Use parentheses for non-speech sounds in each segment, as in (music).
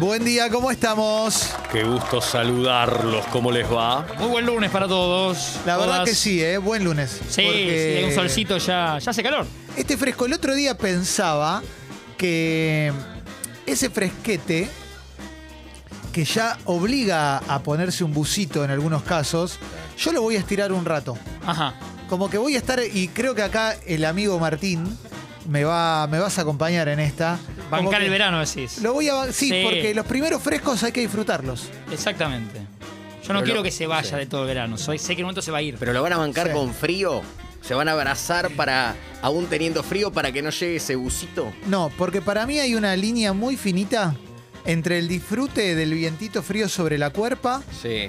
Buen día, ¿cómo estamos? Qué gusto saludarlos, ¿cómo les va? Muy buen lunes para todos. La verdad todas. que sí, ¿eh? Buen lunes. Sí, Porque sí, hay un solcito ya. Ya hace calor. Este fresco, el otro día pensaba que ese fresquete que ya obliga a ponerse un bucito en algunos casos, yo lo voy a estirar un rato. Ajá. Como que voy a estar, y creo que acá el amigo Martín me va, me vas a acompañar en esta. Como Bancar que el verano, decís. Lo voy a, sí, Sí. porque los primeros frescos hay que disfrutarlos. Exactamente. Yo no Pero- quiero que se vaya sí. de todo el verano. Soy, sé que en un momento se va a ir. Pero lo van a bancar Sí. con frío. Se van a abrazar para, aún teniendo frío, para que no llegue ese busito. No, porque para mí hay una línea muy finita entre el disfrute del vientito frío sobre la cuerpa Sí.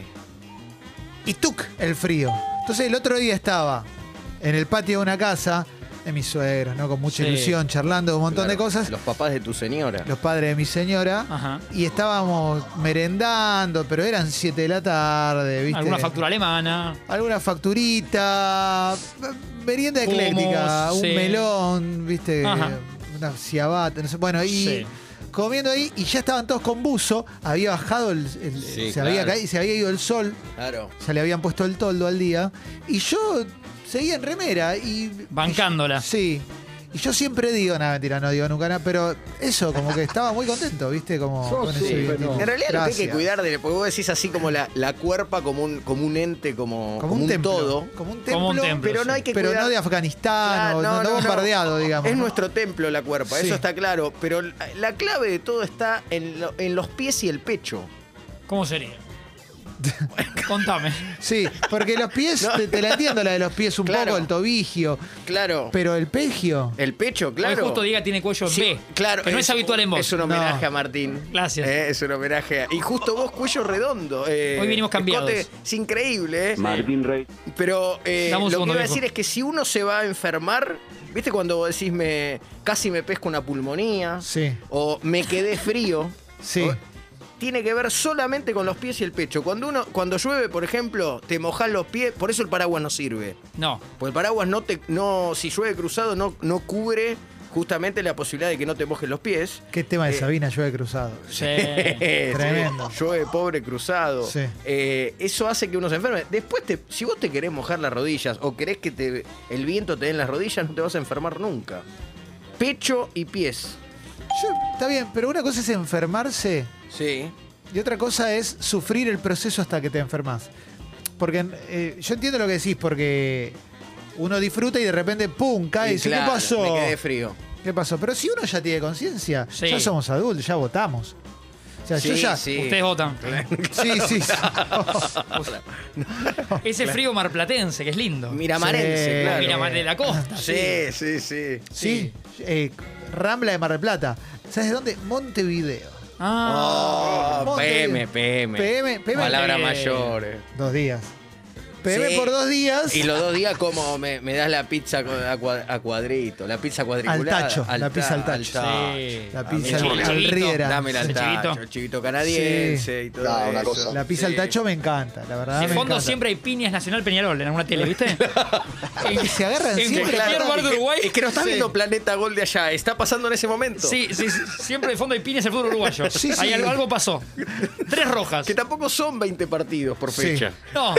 y tuc el frío. Entonces el otro día estaba en el patio de una casa de mis suegros, ¿no? Con mucha Sí. ilusión, charlando de un montón de cosas. Los papás de tu señora. Los padres de mi señora. Ajá. Y estábamos merendando, pero eran 7 de la tarde, ¿viste? Alguna factura alemana. Alguna facturita, merienda Hummus, ecléctica, un sí. melón, ¿viste? Ajá. Una ciabatta, no sé. Bueno, y Sí. comiendo ahí, y ya estaban todos con buzo, había bajado el. el- Sí, se, había claro. caído- se había ido el sol, Claro. ya le habían puesto el toldo al día, y yo seguía en remera y. Bancándola. Sí. Y yo siempre digo, nada, mentira, no digo nunca nada, pero eso, como que estaba muy contento, ¿viste? Como. con ese Sí, vientito. En realidad lo que hay Gracias. que cuidar de, porque vos decís así como la, la cuerpa, como un, como un ente, como, Como un, templo, todo. Como un templo. Como un templo, Pero sí. no hay que pero cuidar. no de Afganistán, Claro, o no, no bombardeado, digamos. Es nuestro templo la cuerpa, Sí. eso está claro. Pero la, la clave de todo está en, lo- en los pies y el pecho. (laughs) ¿Cómo sería? Contame. Sí, porque los (laughs) pies, te, te la entiendo la de los pies un Claro. poco, el tobigio, Claro. pero el pegio. el pecho, Hoy claro. justo Diga tiene cuello en Sí, B. claro. Que no es, habitual en vos. Es un homenaje No. a Martín. Gracias. Eh, es un homenaje. a- Y justo vos, cuello redondo. eh, Hoy vinimos cambiados. escote, es increíble, ¿eh? Martín Rey. Pero eh, Dame un lo segundo, que iba a viejo. decir es que si uno se va a enfermar, ¿viste cuando vos decís me casi me pesco una pulmonía? Sí. O me quedé frío. Sí. O- tiene que ver solamente con los pies y el pecho. Cuando uno, cuando llueve, por ejemplo, te mojas los pies, por eso el paraguas no sirve. (laughs) No. Porque Pues el paraguas no te, no, si llueve cruzado, no, no cubre justamente la posibilidad de que no te mojes los pies. (laughs) Qué tema de Eh, Sabina, yo he cruzado. Sí. Sí, Tremendo. Llueve pobre cruzado. Sí. Eh, eso hace que uno se enferme. Después, te- si vos te querés mojar las rodillas o querés que te- el viento te dé en las rodillas, no te vas a enfermar nunca. Pecho y pies. Yo- está bien, pero una cosa es enfermarse Sí. y otra cosa es sufrir el proceso hasta que te enfermas. Porque eh, yo entiendo lo que decís, porque uno disfruta y de repente, ¡pum! cae y dice, ¿qué pasó? Me quedé frío. ¿Qué pasó? Pero si uno ya tiene conciencia, Sí. ya somos adultos, ya votamos. O sea, yo Sí, ya. sí. Ustedes votan. (laughs) Sí, sí, sí. Ese frío marplatense, que es lindo. Miramarense, Sí. claro. Mira, más de la costa. Sí, sí, sí. Sí, eh, Rambla de Mar del Plata. ¿Sabes de dónde? Montevideo. Ah. Oh, PM, PM. PM, PM. Palabra Eh. mayor. eh. Dos días. PM Sí. por dos días. Y los dos días como me, me das la pizza co- a cua- a cuadrito, la pizza cuadriculada. tacho, la pizza al tacho. Ah, Sí. La A pizza mí al- el al chivito, Riera. Dámela al El tacho, chivito. el chivito canadiense y todo No, una eso. cosa. La pizza al Sí. tacho me encanta, la verdad. De Ah, me fondo encanta. siempre hay piñas Nacional Peñarol en alguna tele, ¿viste? (laughs) Y se agarran en siempre. cualquier atrás. bar de Uruguay. Es que no estás Sí. viendo Planeta Gol de allá, está pasando en ese momento. Sí, sí, sí, siempre de fondo hay piñas el fútbol uruguayo. Sí, sí. Ahí algo, algo pasó. Tres rojas. Que tampoco son 20 partidos por Sí. fecha. No,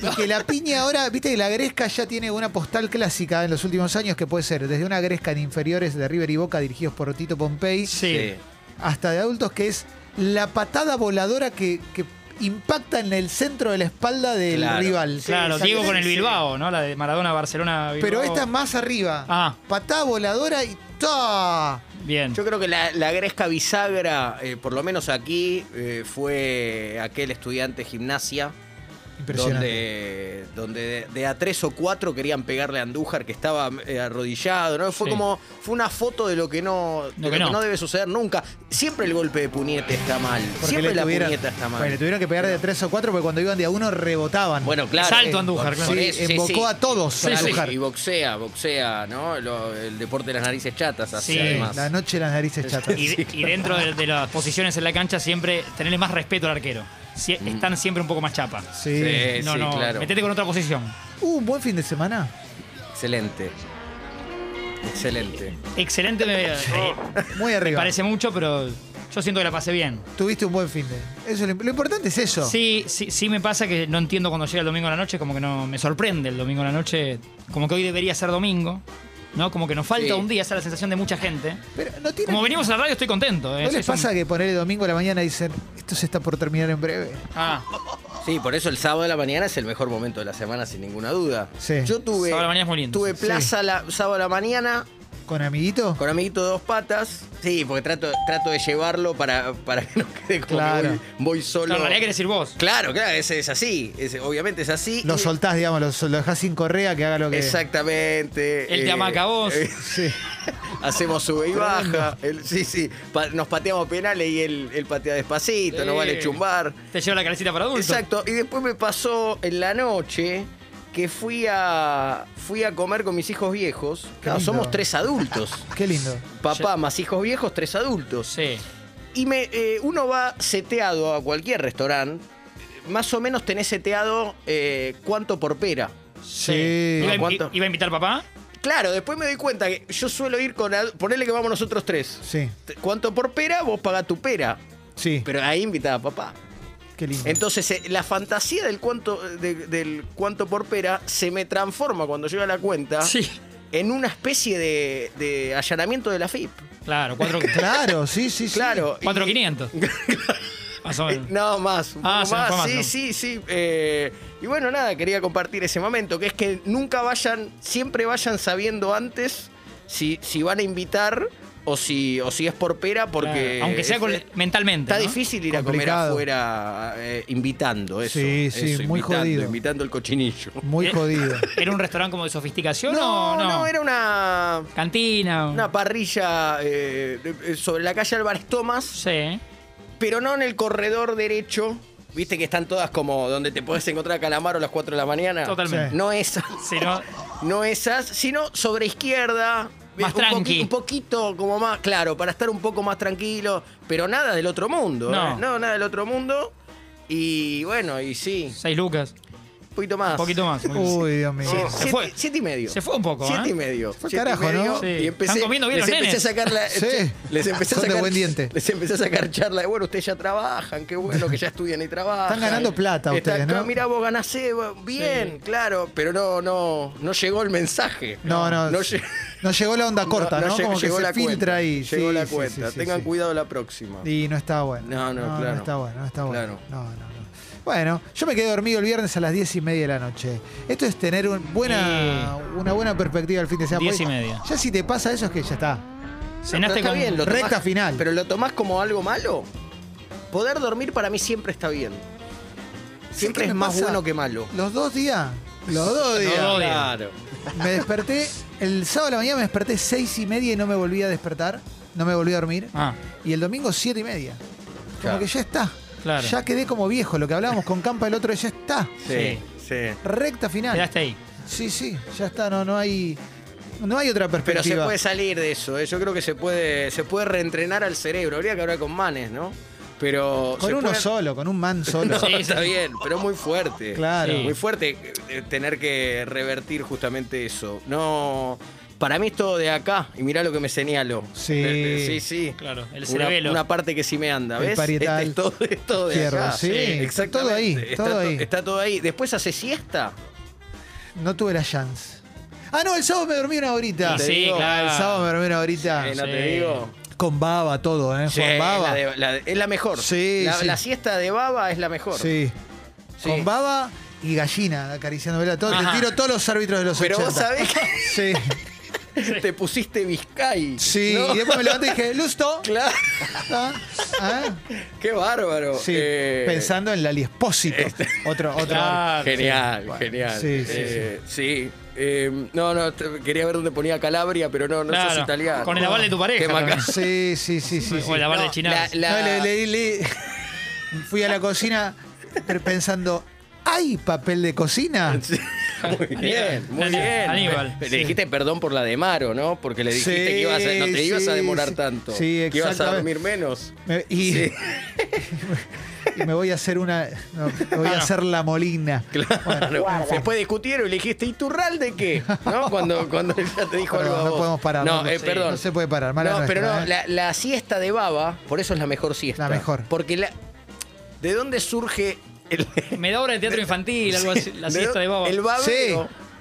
Y que la piña ahora, viste que la gresca ya tiene una postal clásica en los últimos años que puede ser desde una gresca en inferiores de River y Boca dirigidos por Tito Pompey sí. hasta de adultos que es la patada voladora que, que impacta en el centro de la espalda del Claro. rival. Claro, Sí, Diego con el sí. Bilbao, ¿no? La de Maradona, Barcelona, Bilbao. Pero esta es más arriba. Ah. Patada voladora y ¡ta! Bien. Yo creo que la, la gresca bisagra, eh, por lo menos aquí, eh, fue aquel estudiante de gimnasia. Impresionante. Donde, donde de, de a tres o cuatro querían pegarle a Andújar que estaba eh, arrodillado, ¿no? Fue Sí. como. Fue una foto de lo que no. de Lo lo que que no. no debe suceder nunca. Siempre el golpe de puñete está mal. Porque Siempre le la tuvieron- puñeta está mal. Bueno, le tuvieron que pegar de tres o cuatro porque cuando iban de a uno rebotaban. Bueno, claro. Salto Eh, Andújar, por- claro. por Sí, eso, embocó sí. a todos Sí, a sí. Andújar. Y boxea, boxea, ¿no? Lo- el deporte de las narices chatas hace Sí. además. Eh, La noche de las narices chatas. Y, de- y dentro de, de las posiciones en la cancha, siempre tenerle más respeto al arquero. Si- Están siempre un poco más chapa. Mm. Sí. Sí. Eh, no, no, claro. metete con otra posición. Uh, un buen fin de semana. Excelente. Excelente. Excelente, me, eh, Muy me arriba. (laughs) parece mucho, pero Yo siento que la pasé bien. Tuviste un buen fin de. Eso, es lo, imp- lo importante es eso. Sí, sí, sí me pasa que no entiendo cuando llega el domingo a la noche, como que no me sorprende el domingo a la noche, como que hoy debería ser domingo, ¿no? Como que nos falta Sí. un día, esa es la sensación de mucha gente. Pero no tiene. Como venimos a la radio estoy contento. eh, ¿No soy les son- pasa que ponerle domingo a la mañana y dicen, esto se está por terminar en breve? Ah, Sí, por eso el sábado de la mañana es el mejor momento de la semana, sin ninguna duda. Sí. Yo tuve, Sábado de la mañana es muy lindo. tuve Sí. plaza la, sábado de la mañana ¿Con amiguito? con amiguito de dos patas. Sí, porque trato, trato de llevarlo para, para que no quede como Claro. que voy, voy solo. no, en realidad querés decir vos. Claro, claro, ese es así. ese- obviamente es así. Lo eh. Y- soltás, digamos, lo, sol- lo dejás sin correa que haga lo que. Exactamente. Él te eh, amaca a vos. Sí. hacemos sube y baja. él- sí, sí. pa- nos pateamos penales y él, él patea despacito, nos Sí. vale chumbar. Te llevo la calecita para adultos. Exacto. Y después me pasó en la noche que fui a fui a comer con mis hijos viejos. Claro, lindo. somos tres adultos. Qué lindo. Papá más hijos viejos, tres adultos. Sí. Y me, eh, uno va seteado a cualquier restaurante. Más o menos tenés seteado eh, cuánto por pera. Sí. Sí. Iba, a ¿A cuánto? invi- iba a invitar papá? Claro, después me doy cuenta que yo suelo ir con... ad- Ponele que vamos nosotros tres. Sí, Te- ¿Cuánto por pera? Vos pagás tu pera. sí. Pero ahí invitaba a papá. Qué lindo. Entonces, eh, la fantasía del cuánto, de- del cuánto por pera se me transforma cuando llega la cuenta Sí. en una especie de, de allanamiento de la FIP. Claro, (laughs) cuatro- Claro, sí, sí, sí. Claro. y- (laughs) 4500. Más o eh, menos. no, más. un Ah, poco se me más. fue más, sí, ¿no? sí, sí. eh, y bueno, nada, quería compartir ese momento, que es que nunca vayan, siempre vayan sabiendo antes si, si van a invitar o si, o si es por pera, porque... Claro, Aunque sea es- con- mentalmente. Está ¿no? difícil ir a Complicado. comer afuera eh, invitando eso. Sí, sí, eso, muy invitando, jodido. Invitando el cochinillo. Muy Eh. (laughs) jodido. ¿Era un restaurante como de sofisticación No, o no, no? era una, Cantina. o- una parrilla eh, de- eh, sobre la calle Álvarez Tomás, Sí. pero no en el corredor derecho. Viste que están todas como donde te podés encontrar calamaro a las 4 de la mañana. Totalmente. No esas, Sí, no. no esas, sino sobre izquierda. Más un, tranqui. un poquito como más, claro, para estar un poco más tranquilo, pero nada del otro mundo. No. ¿eh? no nada del otro mundo. Y bueno, y sí, Seis lucas. un poquito más. Un poquito más. muy bien. Uy, Dios mío. Sí. Siete- fue. Siete y medio. Se fue un poco, Siete ¿eh? y medio. fue Siete y carajo, ¿no? medio, Sí. Y empecé, Están comiendo bien los les empecé nenes. a sacar la, Sí. Les empecé a Son de sacar, buen diente. Les empecé a sacar charla de, bueno, ustedes ya trabajan, qué bueno que ya estudian y trabajan. Están ganando plata Está- ustedes, ¿no? Mira, vos ganás, eh, vos- bien, claro, pero no, no, no llegó el mensaje. No, no. No, No, lle- llegó la onda corta, ¿no? llegó- Como que llegó se la filtra cuenta, ahí. Llegó Sí, la sí, sí, cuenta. sí, Tengan sí. cuidado la próxima. Y no está bueno. No, no, claro. No está bueno, no está bueno. Claro. No, no, no. Bueno, yo me quedé dormido el viernes a las diez y media de la noche. Esto es tener un buena, una buena perspectiva al fin de semana. Diez y Porque media. Ya si te pasa eso es que ya está. Pero Cenaste está con. bien, lo tomás- recta final. Pero lo tomás como algo malo. Poder dormir para mí siempre está bien. Siempre ¿Sabés qué es me más pasa? bueno que malo. Los dos días. Los dos días. dos días. Claro. Me desperté, el sábado de la mañana me desperté seis y media y no me volví a despertar, no me volví a dormir. Ah, Y el domingo siete y media. Como Claro. que ya está. Claro. Ya quedé como viejo, lo que hablábamos con Campa el otro, ya está. Sí. sí. Recta final. quedaste ahí. Sí, sí, ya está, no, no hay. No hay otra Pero se perspectiva. puede salir de eso, ¿eh? yo creo que se puede, se puede reentrenar al cerebro. Habría que hablar con manes, ¿no? Pero. con se uno puede- solo, con un man solo. (laughs) No, Sí, está sí. bien, pero muy fuerte. Claro. Sí. Muy fuerte eh, tener que revertir justamente eso. No. Para mí es todo de acá, y mirá lo que me señalo. Sí. De- de- sí, sí. Claro, el Una- cerebelo. Una, parte que sí me anda, El ¿ves? Este parietal. es todo, es todo de Fierro, acá. sí, está todo exactamente. ahí, Está todo to- ahí. Está todo ahí. Después hace siesta. No tuve la chance. Ah, no, el sábado me dormí una horita. Y sí, Ah, claro. El sábado me dormí una horita. Eh, no sí. te digo. Con baba todo, ¿eh? Sí, con baba. la de- la de- es la mejor. Sí, la, sí. la siesta de baba es la mejor. Sí. Sí. Con baba y gallina acariciando. ¿verdad? Todo, te Ajá. tiro todos los árbitros de los Pero 80. vos sabés (laughs) que Sí, te pusiste Vizcay. sí. (laughs) ¿no? Y después me levanté y dije, Lusto. Claro. Ah, ah. Qué bárbaro. Sí, Eh, Este. pensando en Lali Espósito. Otro, otro. Claro. Genial, Bueno, genial. sí, sí, Eh, sí. Eh, no, no, te- quería ver dónde ponía Calabria, pero no, no sos Claro, italiano. con el aval de tu pareja Qué maca- (laughs) también. Sí, sí, sí, sí. sí. O el aval de Chinar. la- No, le- le- (laughs) le- fui a la cocina pre- pensando, ¿hay papel de cocina? Sí. Muy bien, muy Gracias, bien. Aníbal. Le Sí. dijiste perdón por la de Maro, ¿no? Porque le dijiste que ibas a- no te Sí, ibas a demorar sí. tanto. Sí, Que ibas a exactamente. dormir menos. Me- y, (laughs) y me voy a hacer una. no, me voy Ah, a hacer la molina. Claro. Guarda. Después discutieron y le dijiste, ¿y Turralde qué? ¿No? Cuando, cuando ya te dijo Perdón, algo. a no vos. podemos parar. No, no, eh, sí, perdón. no se puede parar. Mala no, pero nuestra, no, ¿eh? la, la siesta de baba, por eso es la mejor siesta. La mejor. Porque la, ¿de dónde surge el, Me da obra de teatro infantil, algo así, la de siesta dó- de baba. El babeo. Sí.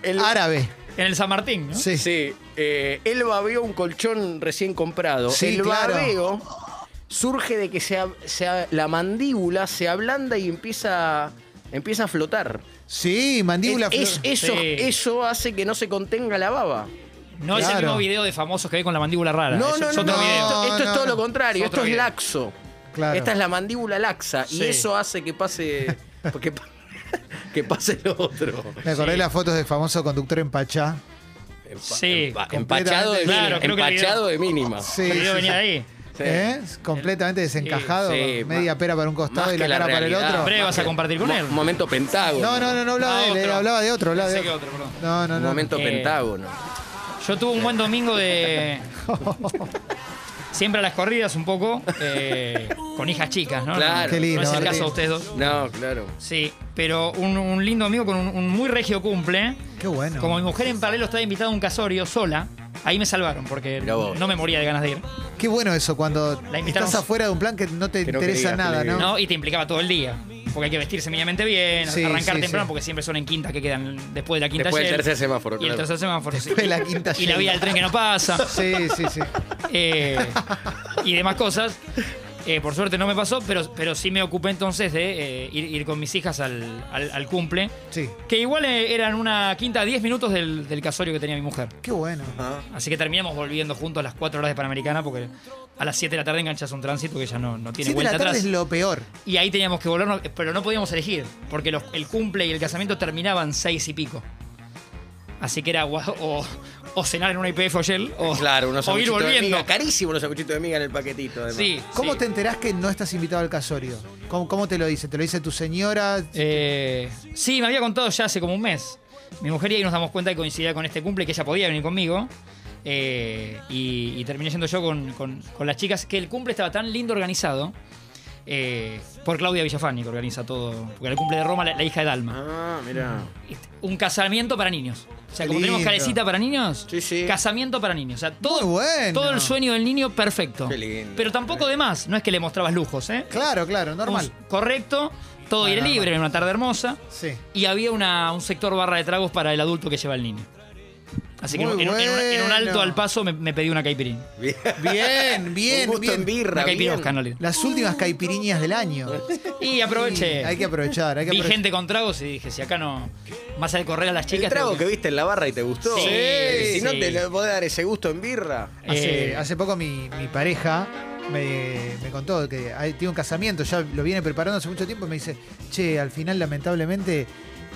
El, Árabe. En el San Martín, ¿no? Sí. (laughs) Sí, eh, él babeó un colchón recién comprado. Sí, el claro. babeo surge de que se ab- se ab- la mandíbula se ablanda y empieza, empieza a flotar. Sí, mandíbula. Es- flor. es- eso, Sí. eso hace que no se contenga la baba. No es el Claro. mismo video de famosos que hay con la mandíbula rara. No, es, no, es no, otro no, video. Esto, esto No, es todo no. lo contrario. Es Esto otro es video. laxo. Claro. Esta es la mandíbula laxa. Y Sí. eso hace que pase. Que, pa- (laughs) que pase lo otro. Me acordé de las fotos del famoso conductor en Pachá. Empa- Sí, empa- completamente. empachado de Claro, creo mínima. que el video- Empachado de mínima. Sí, el sí, video venía sí. de ahí. Sí. ¿Eh? Completamente desencajado, Sí, con sí, media más- pera para un costado más y la que la cara para el realidad. otro. Breve vas a compartir con él. Mo- momento pentágono. No, no, no, no hablaba Ah, de él, otro. eh, hablaba de otro, hablaba de Pensé que otro. otro, perdón. No, no, no. Momento Eh, pentágono. Yo tuve un buen domingo (laughs) de. Siempre a las corridas un poco, eh, con hijas chicas, ¿no? Claro. Qué lindo, no es el Martín. caso de ustedes dos. No, claro. Sí, pero un, un lindo amigo con un, un muy regio cumple. Qué bueno. Como mi mujer en paralelo estaba invitada a un casorio sola, ahí me salvaron porque Mirá vos. no me moría de ganas de ir. Qué bueno eso cuando La invitamos. estás afuera de un plan que no te Que no interesa querías, nada, que no ¿no? No, y te implicaba todo el día. Porque hay que vestirse medianamente bien, Sí, arrancar sí, temprano, sí. porque siempre son en quinta que quedan después de la quinta Después del ayer. tercer semáforo, Y el claro. tercer semáforo, sí. Después de la quinta Y la llega. vía del tren que no pasa. Sí, sí, sí. eh, y demás cosas. Eh, por suerte no me pasó, pero, pero sí me ocupé entonces de eh, ir, ir con mis hijas al, al- al cumple. Sí. Que igual eh, eran una quinta, 10 minutos del, del casorio que tenía mi mujer. Qué bueno. Así que terminamos volviendo juntos a las 4 horas de Panamericana porque a las 7 de la tarde enganchas un tránsito que ya no, no tiene Siete de la vuelta tarde atrás. es lo peor. Y ahí teníamos que volver, no- pero no podíamos elegir, porque los- el cumple y el casamiento terminaban 6 y pico. Así que era gua- o, o cenar en una IPF o Shell o, Oh, Claro, unos o ir sanguchitos de volviendo. miga. Carísimo los sanguchitos de miga en el paquetito, además. Sí, ¿Cómo sí. te enterás que no estás invitado al casorio? ¿Cómo, cómo te lo dice? ¿Te lo dice tu señora? Eh, sí, me había contado ya hace como un mes. Mi mujer y ahí nos damos cuenta que coincidía con este cumple, que ella podía venir conmigo. Eh, y, y terminé yendo yo con, con- con las chicas, que el cumple estaba tan lindo organizado. eh, por Claudia Villafanni, que organiza todo. Porque era el cumple de Roma, la, la hija de Dalma. Este, Ah, mirá. Un casamiento para niños. O sea, Qué como tenemos lindo. carecita para niños, Sí, sí. casamiento para niños. O sea, todo, Muy bueno. todo el sueño del niño perfecto. Qué lindo. Pero tampoco de más. No es que le mostrabas lujos, ¿eh? Claro, claro, normal. Un- correcto, todo aire Bueno, libre, en una tarde hermosa. Sí. Y había una- un sector barra de tragos para el adulto que lleva el niño. Así que en, Muy en un- en un- en un alto bueno. al paso me, me pedí una caipirín. Bien, Bien, (laughs) bien, Un gusto en bien. birra, Una bien. caipirosca, en realidad. Las últimas caipiriñas del año. Y aproveché. Sí, hay que aprovechar, hay que Vi aprovechar. gente con tragos y dije, si acá no... Más al correr a las chicas... el trago tengo que viste en la barra y te gustó. Sí, Si no sí. te le podés dar ese gusto en birra. Hace, Eh, hace poco mi, mi pareja me, me contó que hay- tiene un casamiento, ya lo viene preparando hace mucho tiempo y me dice, che, al final lamentablemente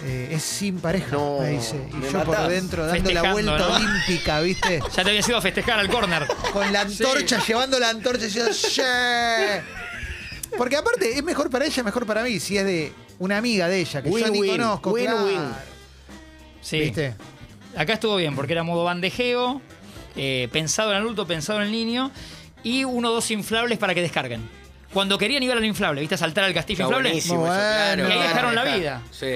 eh, es sin pareja. No, me dice. Y me yo por matás. dentro dando la Festejando, vuelta ¿no? olímpica, ¿viste? Ya te había ido a festejar al córner. Con la antorcha, llevando la antorcha, y yo, "Che". Porque aparte es mejor para ella, mejor para mí, si es de una amiga de ella, que yo ni Win-win, conozco. win-win. claro. Sí. ¿Viste? Acá estuvo bien, porque era modo bandejeo, eh, pensado en el adulto, pensado en el niño, y uno o dos inflables para que descarguen. Cuando querían iban al inflable, ¿viste? A saltar al castillo Está inflable. buenísimo Muy eso, claro. bueno. Y ahí dejaron la Está- vida. Sí.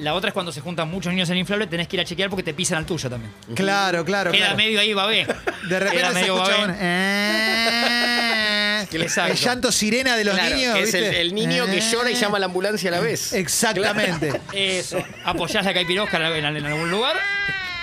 La otra es cuando se juntan muchos niños en el inflable, tenés que ir a chequear porque te pisan al tuyo también. Claro, claro, Queda claro. medio ahí, babé. (laughs) De repente Queda se medio escucha babé. un... "Eh". Exacto. El llanto sirena de los Claro, niños. es el, ¿viste? el niño que Eh. llora y llama a la ambulancia a la vez. Exactamente. Eso. Apoyás la caipirosca en, en algún lugar.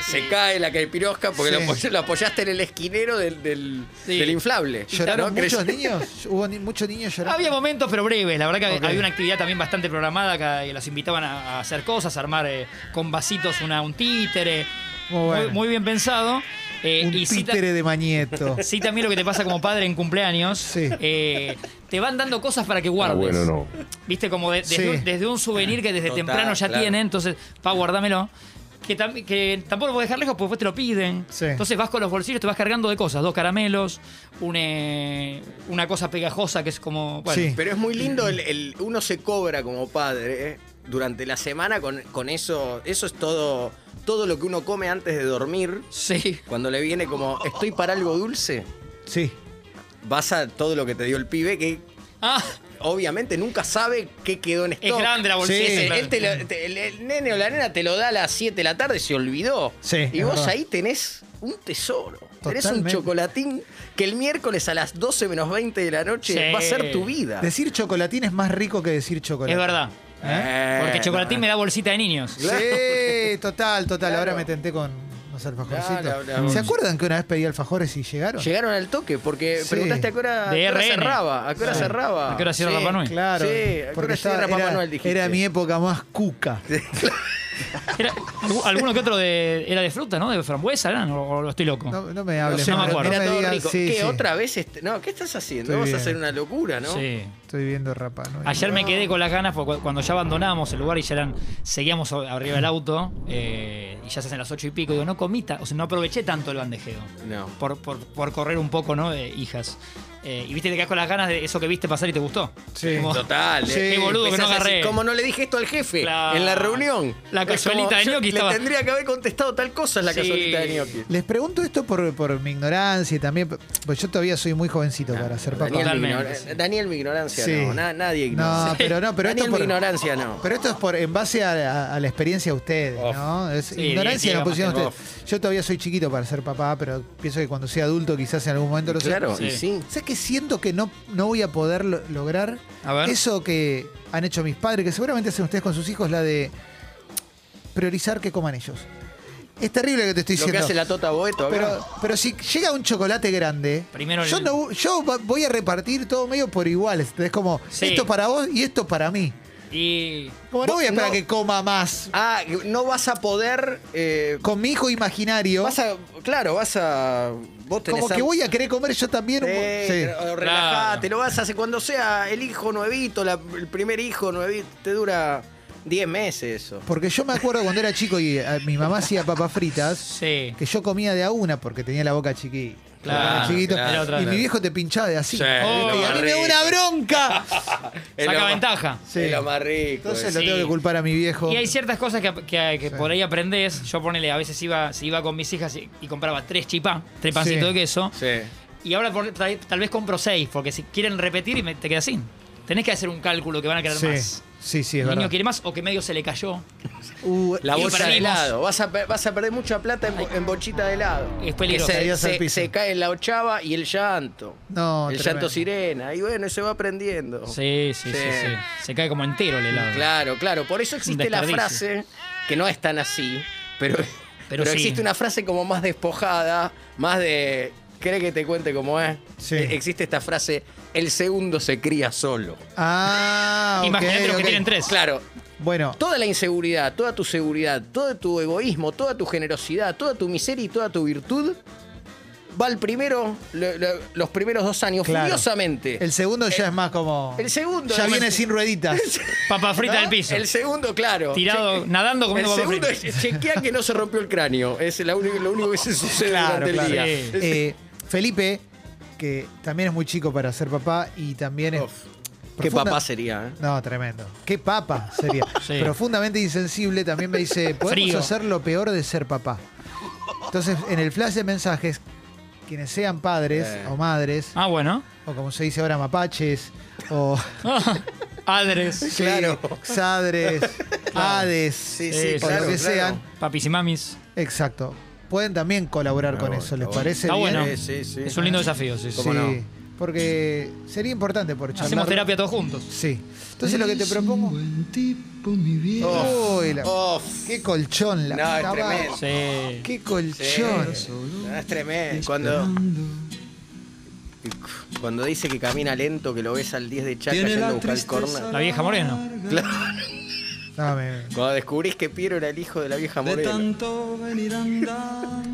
Se cae la caipirosca porque Sí. lo, apoy- lo apoyaste en el esquinero del, del, Sí. del inflable. (laughs) ¿Lloraron ¿No? muchos Creyó- niños? ¿Hubo ni- muchos niños llorando? Había momentos, pero breves. La verdad que Ok. había una actividad también bastante programada, que los invitaban a, a hacer cosas, a armar eh, con vasitos una, un títere. Muy bueno. muy bien pensado. Eh, Un y sí ta- títere de mañeto. Sí, también lo que te pasa como padre en cumpleaños. Sí. eh, te van dando cosas para que guardes. Ah, bueno, no. Viste, como de- desde, Sí. un, desde un souvenir que desde Total, temprano ya claro. tienen, entonces, pa, guardámelo. Que, tam- que tampoco lo puedes dejar lejos porque después te lo piden. Sí. Entonces vas con los bolsillos, te vas cargando de cosas. Dos caramelos, un, eh, una cosa pegajosa que es como... Bueno, Sí. Pero es muy lindo, el, el- uno se cobra como padre ¿eh? durante la semana con, con eso. Eso es todo, todo lo que uno come antes de dormir. sí. Cuando le viene como, estoy para algo dulce, Sí. vas a todo lo que te dio el pibe que Ah, Obviamente nunca sabe qué quedó en es stock. grande la bolsita. Sí. Ese- claro. él te lo- te- el, el nene o la nena te lo da a las 7 de la tarde, se olvidó. Sí, y es vos verdad. ahí tenés un tesoro. Tenés un Totalmente. chocolatín que el miércoles a las 12 menos 20 de la noche Sí. va a ser tu vida. Decir chocolatín es más rico que decir chocolate. Es verdad. ¿Eh? Eh, Porque chocolatín no, me da bolsita de niños. (laughs) Sí, total, total. Claro. Ahora me tenté con los alfajorcitos. Claro, claro. ¿Se acuerdan que una vez pedí alfajores y llegaron? Llegaron al toque porque Sí. preguntaste a qué hora, a qué hora DRN. cerraba. ¿A qué hora Sí. cerraba? ¿A qué hora cierra Papá Noel? Claro, Sí, ¿a qué porque hora estaba- cierra Papá era, Noel, dijiste? era mi época más cuca. Era- alguno que otro de, era de fruta, ¿no? De frambuesa, ¿eran? ¿O, o estoy loco? No, no me No hables, sé, No me no, acuerdo. no Era me todo digas, rico. sí, ¿Qué sí. otra vez? este- No, ¿qué estás haciendo? Estoy Vas a bien. hacer una locura, ¿no? Sí. Estoy viendo Rapa Noel. Ayer me quedé con las ganas porque cu- cuando ya abandonábamos el lugar y ya eran, seguíamos o- arriba del auto eh, y ya se hacen las ocho y pico. Digo, no comí, ta- o sea, no aproveché tanto el bandejeo. No. Por, por- por correr un poco, ¿no? Eh, hijas. Eh, y viste, te quedas con las ganas de eso que viste pasar y te gustó. Sí. Como- Total. Sí. eh. Qué boludo que Empezás no a decir, agarré. Como no le dije esto al jefe Claro. en la reunión. La Es cazuelita como, de yo gnocchi Le estaba- tendría que haber contestado tal cosa es la Sí. cazuelita de gnocchi. Les pregunto esto por, por mi ignorancia y también. Pues yo todavía soy muy jovencito para ser papá. Daniel, mi, Totalmente, ignora- Daniel, mi ignorancia Sí. no. na- nadie ignora. No, pero no, pero Daniel, esto por- mi ignorancia no. Pero esto es por en base a, a- a la experiencia de ustedes, Uf. ¿no? Es Sí, ignorancia la llega más posición que de ustedes. Yo todavía soy chiquito para ser papá, pero pienso que cuando sea adulto quizás en algún momento lo sea. claro, Sí. y sí. ¿Sabes que siento que no, no voy a poder lo- lograr A ver. eso que han hecho mis padres, que seguramente hacen ustedes con sus hijos, la de priorizar que coman ellos? Es terrible lo que te estoy Lo que diciendo. hace la Tota Boeto. acá. Pero, pero si llega un chocolate grande, Primero el- yo, no, yo va- voy a repartir todo medio por iguales. Es como, Sí. esto para vos y esto para mí. Y. Como no Vos voy a esperar no- que coma más. Ah, no vas a poder. eh, Con mi hijo imaginario, vas a, claro, vas a. Vos tenés como que hambre. voy a querer comer yo también. un po- Sí, sí. pero Relajate, lo vas a hacer cuando sea el hijo nuevito, la- el primer hijo nuevito, te dura 10 meses eso. Porque yo me acuerdo cuando era chico y eh, mi mamá hacía papas fritas. Sí. que yo comía de a una porque tenía la boca chiquita. Claro, Era chiquito. claro, y claro. mi viejo te pinchaba de así. Sí, Oh, lo y a más mí me da rico. una bronca. Es Saca lo más- ventaja. Sí. (laughs) Es lo más rico. Entonces es. lo Sí. tengo que culpar a mi viejo. Y hay ciertas cosas que, que- que Sí. por ahí aprendés. Yo ponele, a veces iba, si iba con mis hijas y, y compraba tres chipá, tres pancitos Sí. de queso. eh. Sí. Y ahora por- tal, tal vez compro seis, porque si quieren repetir y me- te quedas sin. Tenés que hacer un cálculo que van a querer sí. más. sí, sí, es El niño verdad. quiere más o que medio se le cayó. Uh, La Y bolsa de perdimos. helado. Vas a, per- vas a perder mucha plata en, bo- en bochita de helado. Es peligroso. Que Caídas al Se, se, piso. se cae la ochava y el llanto. No, el tremendo. llanto sirena. Y bueno, se va aprendiendo. Sí, sí, sí, Sí. sí. Se cae como entero el helado. Claro, claro. Por eso existe la desperdicio. frase, que no es tan así, (laughs) pero, pero, sí. existe una frase como más despojada, más de. ¿Cree que te cuente cómo es? Sí. Eh, Existe esta frase: el segundo se cría solo. Ah, ok, Imagínate los que ok. tienen tres. Claro, Bueno, toda la inseguridad, toda tu seguridad, todo tu egoísmo, toda tu generosidad, toda tu miseria y toda tu virtud va al primero, lo- lo- los primeros dos años, Claro. furiosamente. el segundo Eh, ya es más como. el segundo Ya es- viene sin (laughs) rueditas. Papa frita ¿no? del piso. El segundo, claro. Tirado, Che- nadando El comiendo papa segundo frita. es chequear que no se rompió el cráneo. Es la única- lo único que se sucede Claro, durante claro. el Sí. día. Eh, Felipe, que también es muy chico para ser papá y también es. Uf, Qué profunda- papá sería, ¿eh? No, tremendo. Qué papa sería. (laughs) Sí. Profundamente insensible también me dice, (laughs) podemos Frío. hacer lo peor de ser papá. Entonces, en el flash de mensajes, quienes sean padres Eh. o madres, Ah, (laughs) bueno. (laughs) o como se dice ahora, mapaches, o Adres. Claro. (laughs) sadres, hades, sí, o claro, lo que claro. sean, Papis y mamis. exacto. Pueden también colaborar con bueno, eso, está ¿les bueno. parece Está bien? bueno. Sí, sí, sí. Es un lindo desafío, sí. sí. Sí, ¿Cómo no? porque sería importante por charlar. Hacemos terapia todos juntos. Sí. Entonces lo que te propongo... Uy, la- Oh. Uf. Qué colchón la No, es puta madre. tremendo. Sí. Qué colchón. No, es tremendo. Cuando, cuando dice que camina lento, que lo ves al 10 de Chaca yendo a buscar el corner. La vieja morena. Claro. No, me- Cuando descubrís que Piero era el hijo de la vieja Morena.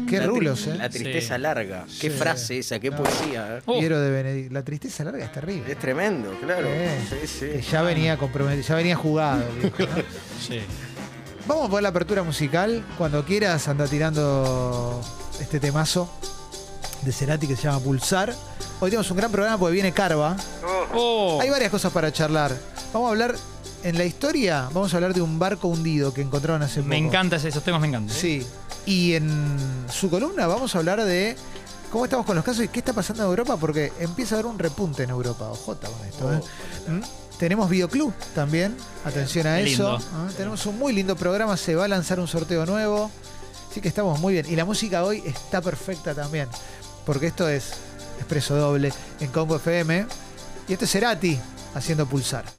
qué La tri- rulos, ¿eh? La tristeza Sí. larga. Sí. Qué frase esa, qué No. poesía. ¿eh? Oh. Piero de Benedict. La tristeza larga es Es terrible. tremendo, claro. Eh, Sí, sí. que ya venía comprometido, ya venía jugado. el viejo, (laughs) ¿no? Sí. Vamos a poner la apertura musical. Cuando quieras, anda tirando este temazo de Cerati que se llama Pulsar. Hoy tenemos un gran programa porque viene Carva. Oh. Hay varias cosas para charlar. Vamos a hablar en la historia. Vamos a hablar de un barco hundido que encontraron hace poco. Me encantan esos temas, me encantan. Sí. Y en su columna vamos a hablar de ¿Cómo estamos con los casos y qué está pasando en Europa? Porque empieza a haber un repunte en Europa. Ojota con esto. ¿eh? ¿Mm? Tenemos Videoclub también. Atención a Oh. Qué eso. lindo. ¿eh? Tenemos un muy lindo programa. Se va a lanzar un sorteo nuevo. Así que estamos muy bien. Y la música hoy está perfecta también. Porque esto es Expreso Doble en Congo FM. Y este es Cerati haciendo pulsar.